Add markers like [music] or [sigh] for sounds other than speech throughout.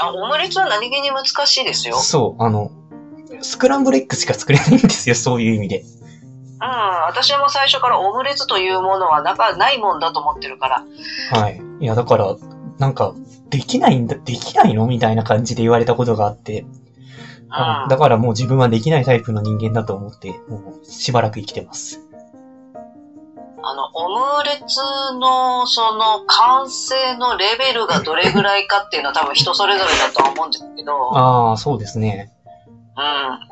あ、オムレツは何気に難しいですよ。そう、あの、スクランブルエッグしか作れないんですよ、 [laughs] そういう意味で。うん、私も最初からオムレツというものはなかないもんだと思ってるから。はい。いや、だから、なんか、できないんだ、できないのみたいな感じで言われたことがあって、あうんだからもう自分はできないタイプの人間だと思って、もうしばらく生きてます。あの、オムレツの、その、完成のレベルがどれぐらいかっていうのは多分人それぞれだとは思うんですけど、うん。ああ、そうですね。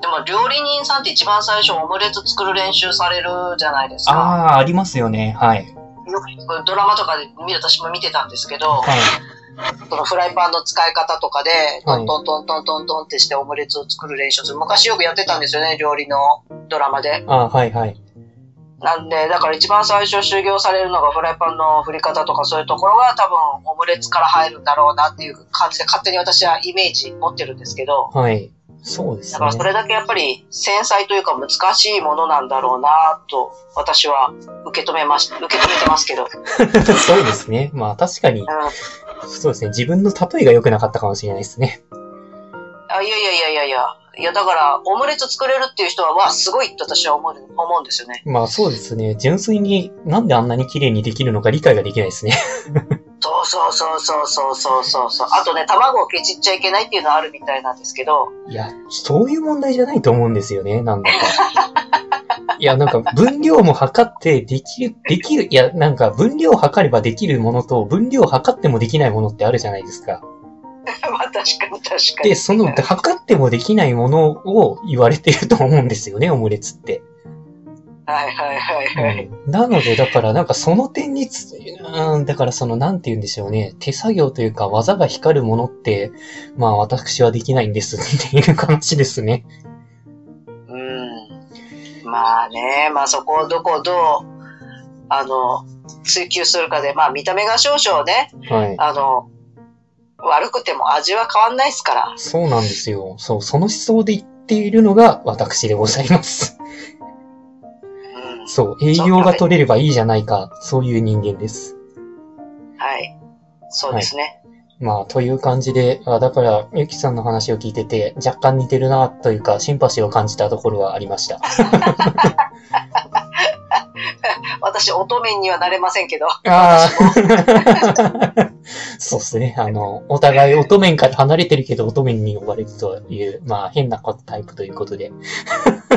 でも料理人さんって一番最初オムレツ作る練習されるじゃないですあか。あ、ありますよね。はい。よくドラマとかで見私も見てたんですけど、はい。そのフライパンの使い方とかで、はトいントントントントントンってしてオムレツを作る練習する。昔よくやってたんですよね、料理のドラマで。ああ、はい、はい。なんで、だから一番最初修行されるのがフライパンの振り方とかそういうところが多分オムレツから入るんだろうなっていう感じで勝手に私はイメージ持ってるんですけど、はい。そうですだね。からそれだけやっぱり繊細というか難しいものなんだろうなと私は受け止めまし、受け止めてますけど。うん。 [laughs] そうですね。まあ確かに、そうですね。自分の例えが良くなかったかもしれないですね。あいやいやいやいやいや。いやだからオムレツ作れるっていう人は、わ、すごいって私は思う思うんですよね。まあそうですね。純粋になんであんなに綺麗にできるのか理解ができないですね。そうそうそうそうそうそうそうそう。あとね、卵をケチっちゃいけないっていうのはあるみたいなんですけど、 [laughs] いや、そういう問題じゃないと思うんですよね、なんだか。いや、なんか分量も測ってできる、できる、いや、なんか分量を測ればできるものと分量を測ってもできないものってあるじゃないですか。まあ確かに確かに。で、その測ってもできないものを言われてると思うんですよね、オムレツって。はいはいはいはい。うんなので、だから、なんかその点につ、うん、だからその、なんて言うんでしょうね。手作業というか、技が光るものって、まあ私はできないんですっていう話ですね。うん。まあね、まあそこをどこをどう、あの、追求するかで、まあ見た目が少々ね、はい。あの、悪くても味は変わんないですから。そうなんですよ。そう、その思想で言っているのが私でございます。 [laughs] うん。そう、栄養が取れればいいじゃないか、そういう人間です。はい。そうですね。まあ、という感じで、あだから、ゆきさんの話を聞いてて、若干似てるな、というか、シンパシーを感じたところはありました。私、乙女にはなれませんけど。ああ。 [laughs] そうですね。あの、お互い乙女から離れてるけど、乙女に呼ばれるという、まあ、変なタイプということで。は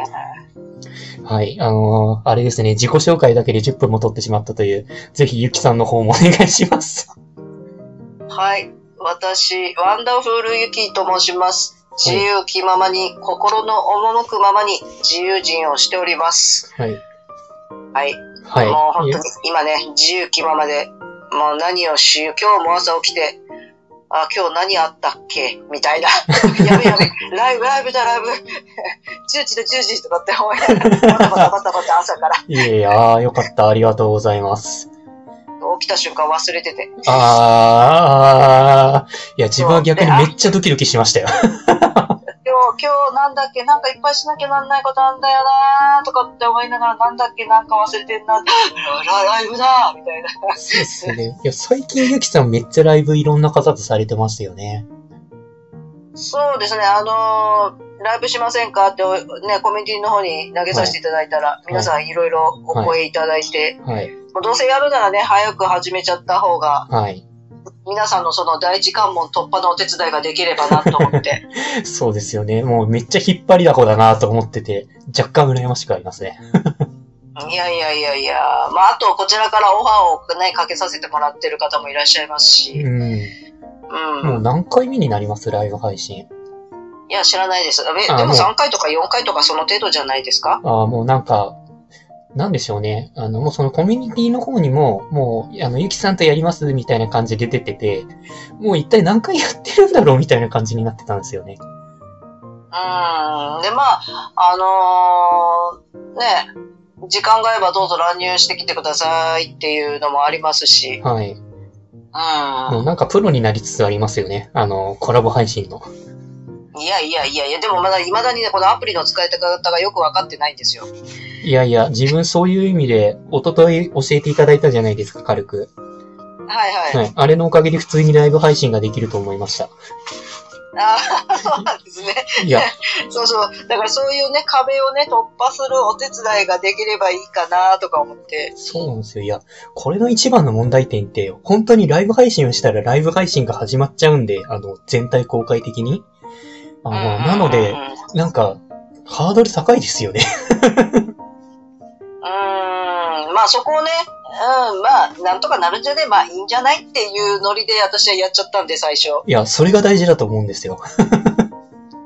い。はい。あのーあれですね。自己紹介だけで10分も取ってしまったという、ぜひ、ゆきさんの方もお願いします。はい。私、ワンダフルユキと申します。自由気ままに、心の赴くままに自由人をしております。はい。はい。はい。もう本当に今ね、自由気ままで、もう何をしよう、今日も朝起きて、あ、今日何あったっけみたい [laughs] な。やべやべ、ライブ、ライブだ、ライブ。10時だ、10時とかって思いながら、バタバタバタバタ朝からいやいや、あーよかった。ありがとうございます。起きた瞬間忘れてて。あー、いや、自分は逆にめっちゃドキドキしましたよ。今日、今日なんだっけ、なんかいっぱいしなきゃなんないことあんだよなーとかって思いながら、なんだっけ、なんか忘れてんな、ラライブだーみたいな。そうですね。 [laughs] いや、最近ゆきさんめっちゃライブいろんな方とされてますよね。そうですね、あのーライブしませんかって、おね、コミュニティの方に投げさせていただいたら、皆さんいろいろお声いただいて、はい。もうどうせやるならね、早く始めちゃった方が、はい。皆さんのその第一関門突破のお手伝いができればなと思 [laughs] って。そうですよね。もうめっちゃ引っ張りだこだなと思ってて、若干羨ましくありますね。いやいやいやいや、まあ、あと、こちらからオファーをね、かけさせてもらってる方もいらっしゃいますし、うん。うん。もう何回目になりますライブ配信。いや、知らないです。え、あでももう3回とか4回とかその程度じゃないですかああ、もうなんか、なんでしょうね。あの、もうそのコミュニティの方にも、もう、あの、ゆきさんとやりますみたいな感じで出てて、もう一体何回やってるんだろうみたいな感じになってたんですよね。うーん。で、まあ、あのーね、時間があればどうぞ乱入してきてくださいっていうのもありますし、はい。もううなんかプロになりつつありますよね。あの、コラボ配信の。ん。いやいやいやいや、でもまだ未だにね、このアプリの使い方がよくわかってないんですよ。いやいや、自分そういう意味で、おととい教えていただいたじゃないですか、軽く。はいはい。はい。あれのおかげで普通にライブ配信ができると思いました。 [laughs] ああ、そうなんですね。いや、そうそう。だからそういうね、壁をね、突破するお手伝いができればいいかなとか思って。そうなんですよ。いや、これの一番の問題点って、本当にライブ配信をしたらライブ配信が始まっちゃうんで、あの、全体公開的に。あの、なのうんで、なんか、ハードル高いですよね。うーんまあそこをね、うん、まあ、なんとかなるんじゃねまあいいんじゃないっていうノリで私はやっちゃったんで、最初。いや、それが大事だと思うんですよ。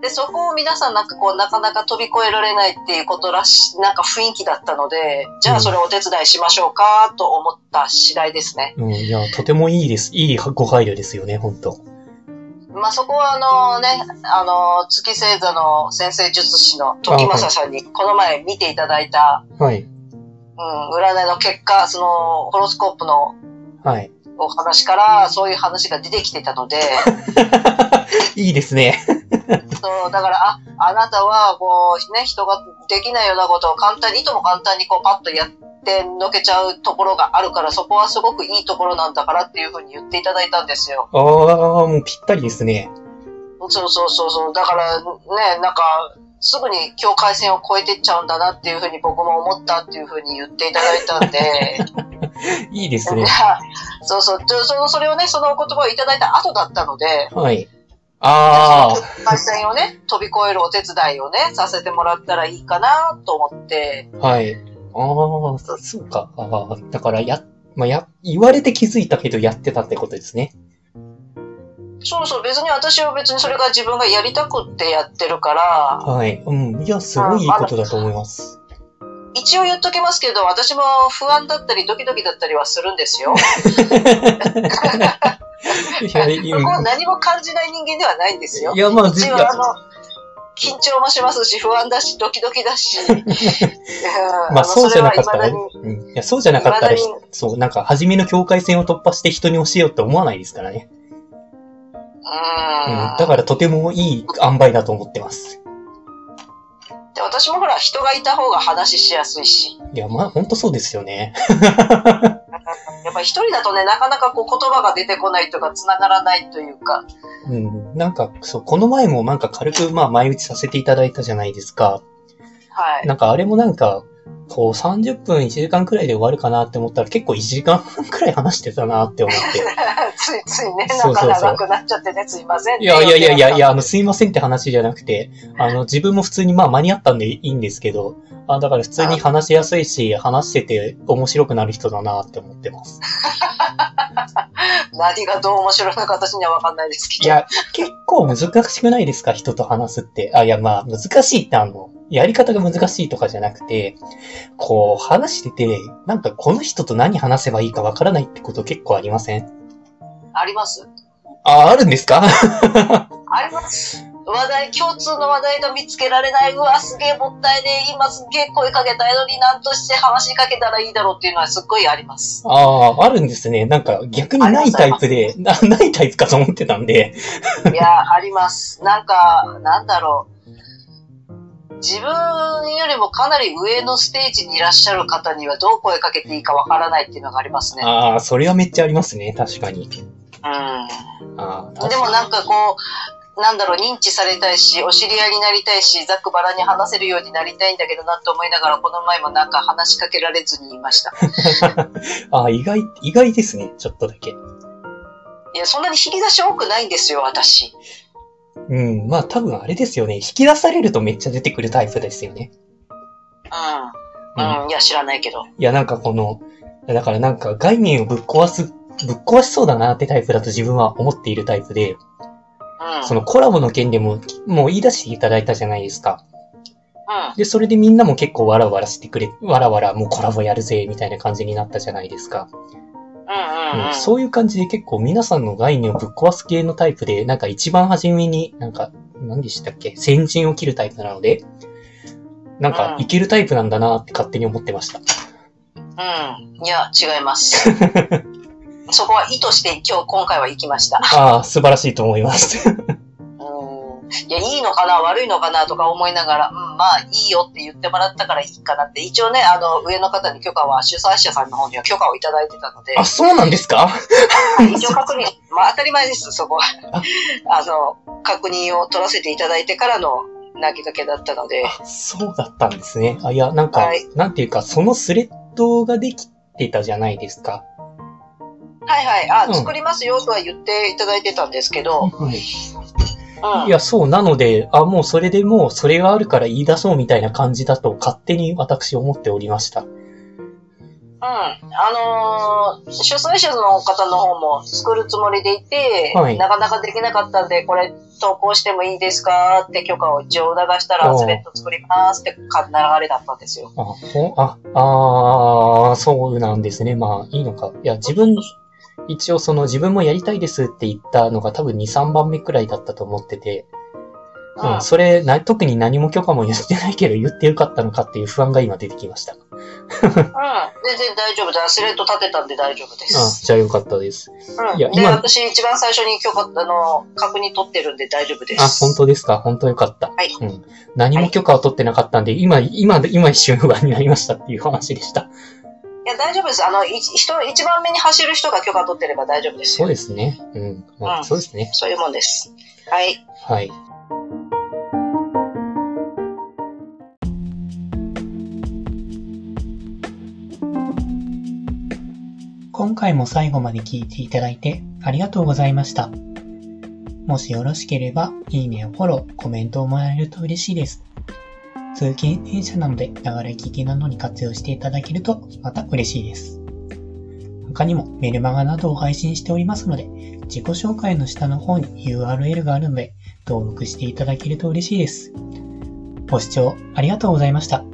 で、そこを皆さんなんかこう、なかなか飛び越えられないっていうことらし、なんか雰囲気だったので、じゃあそれお手伝いしましょうか、と思った次第ですね。うん、いや、とてもいいです。いいご配慮ですよね、本当まあそこはあのね、あの、月星座の先生術師の時正さんにこの前見ていただいた、はい。うん、占いの結果、その、ホロスコープのはい。 [laughs] お話から、そういう話が出てきてたので、いいですね。そう、だから、あ、あなたは、こう、ね、人ができないようなことを簡単に、いとも簡単に、こう、パッとやって、のけちゃうところがあるから、そこはすごくいいところなんだからっていうふうに言っていただいたんですよ。ああ、もうぴったりですね。そうそうそうそう。だから、ね、なんか、すぐに境界線を越えてっちゃうんだなっていうふうに僕も思ったっていうふうに言っていただいたんで、いいですね。そうそう、でその、それをね、そのお言葉をいただいた後だったので、はい。ああ、境界線をね、飛び越えるお手伝いをね、させてもらったらいいかなと思って、はい。ああ、そそうか。ああ、だから、や、まあ、や、言われて気づいたけどやってたってことですね。そうそう、別に私は別にそれが自分がやりたくってやってるから、はい。うん。いや、すごいいいことだと思 [laughs] います。一応言っときますけど、私も不安だったりドキドキだったりはするんですよ。い僕や、いやも何も感じない人間ではないんですよ。いやまあ、一い応やあの、緊張もしますし、不安だし、ドキドキだ [laughs] し。うんまのあ、そうじゃなかっそたれはら、未だにうん。いや、そうじゃなかったら未だに、そう、なんか、初めの境界線を突破して人に教えようって思わないですからね。うん。うんだから、とてもいい塩梅だと思ってます。で私もほら、人がいた方が話しやすいし。いや、まあ、ほんとそうですよね。やっぱ一人だとね、なかなかこう言葉が出てこないとか、繋がらないというか。うん。なんか、そう、この前もなんか軽く、まあ、前打ちさせていただいたじゃないですか。はい。なんかあれもなんか、こう30分1時間くらいで終わるかなって思ったら結構1時間半くらい話してたなって思 [laughs] って。 [laughs] ついついね、なそうんそかうそう長くなっちゃってね、すいませんね。いやいやいやいやいや、あの、すいませんって話じゃなくて、あの、自分も普通にまあ間に合ったんでいいんですけど、あだから普通に話しやすいし、話してて面白くなる人だなって思ってます。何がどう面白いのか私には分かんないですけど。 [laughs] いや、結構難しくないですか人と話すって。あ、いや、まあ、難しいってあの、やり方が難しいとかじゃなくて、こう、話してて、なんかこの人と何話せばいいかわからないってこと結構ありませんあります。あ、あるんですかあります。話題、共通の話題が見つけられない。うわ、すげえもったいねえ。今すげえ声かけたいのに、何として話しかけたらいいだろうっていうのはすっごいあり [laughs] ます。ああ、あるんですね。なんか逆にないタイプで、なないタイプかと思ってたんで。いや、あります。なんか、なんだろう。自分よりもかなり上のステージにいらっしゃる方にはどう声かけていいかわからないっていうのがありますね。ああ、それはめっちゃありますね。確かに。うん。ああ、でもなんかこう、なんだろう、認知されたいし、お知り合いになりたいし、ざっくばらんに話せるようになりたいんだけどなと思いながら、この前もなんか話しかけられずにいました。 [laughs] ああ、意外、意外ですね。ちょっとだけ。いや、そんなに引き出し多くないんですよ、私。うん。まあ多分あれですよね。引き出されるとめっちゃ出てくるタイプですよね。う。うんん。うん、いや、知らないけど。いや、なんかこの、だからなんか概念をぶっ壊す、ぶっ壊しそうだなってタイプだと自分は思っているタイプで、うん。そのコラボの件でも、もう言い出していただいたじゃないですか。うん。で、それでみんなも結構わらわらしてくれ、わらわらもうコラボやるぜ、みたいな感じになったじゃないですか。うん。うん。うんうそういう感じで結構皆さんの概念をぶっ壊す系のタイプで、なんか一番初めに、なんか、何でしたっけ先陣を切るタイプなので、なんかうんいけるタイプなんだなって勝手に思ってま [laughs] した。ん。いや、違い [laughs] ます。そこは意図して今日、今回は行きました。ああ、素晴らしいと思います。うん。いや、いいのかな、悪いのかなとか思いながら、うん、まあ、いいよって言ってもらったからいいかなって、一応ね、あの、上の方に許可は、主催者さんの方には許可をいただいてたので、 [laughs] あ、そうなんですか一応確認、まあ当たり前です、そこは。あの、確認を取らせていただいてからの投げかけだったので、あそうだったんですね。あ、いや、なんか、はいなんていうか、そのスレッドができてたじゃないですか。はいはい、あ、うん作りますよとは言っていただいてたんですけど、はいうんいや、そう、なので、あ、もうそれでもう、それがあるから言い出そうみたいな感じだと、勝手に私思っておりました。うん。あのー主催者の方の方も作るつもりでいて、はいなかなかできなかったんで、これ投稿してもいいですかって許可を一応促したら、おうスレッド作りますってか流れだったんですよ。あ、ほあ、あー、そうなんですね。まあ、いいのか。いや、自分、一応その、自分もやりたいですって言ったのが多分2、3番目くらいだったと思ってて、うん。うん、それ、な、特に何も許可も言ってないけど、言ってよかったのかっていう不安が今出てきました。うん全然大丈夫だ。スレッド立てたんで大丈夫であす。、じゃあよかったです。うん。いやで、今私一番最初に許可、あの、確認取ってるんで大丈夫です。あ、本当ですか本当よかった。はいうん。何も許可を取ってなかったんで、今、今、今一瞬不安になりましたっていう話でした。いや、大丈夫です。あの、一人一番目に走る人が許可取ってれば大丈夫ですそよ。うですね。うん。まうあ、んそうですね。そういうもんです。はい。はい。今回も最後まで聞いていただいてありがとうございました。もしよろしければ、いいねをフォロー、コメントをもらえると嬉しいです。通勤電車なので、流れ聞きなどに活用していただけると、また嬉しいです。他にもメルマガなどを配信しておりますので、自己紹介の下の方に URL があるので、登録していただけると嬉しいです。ご視聴ありがとうございました。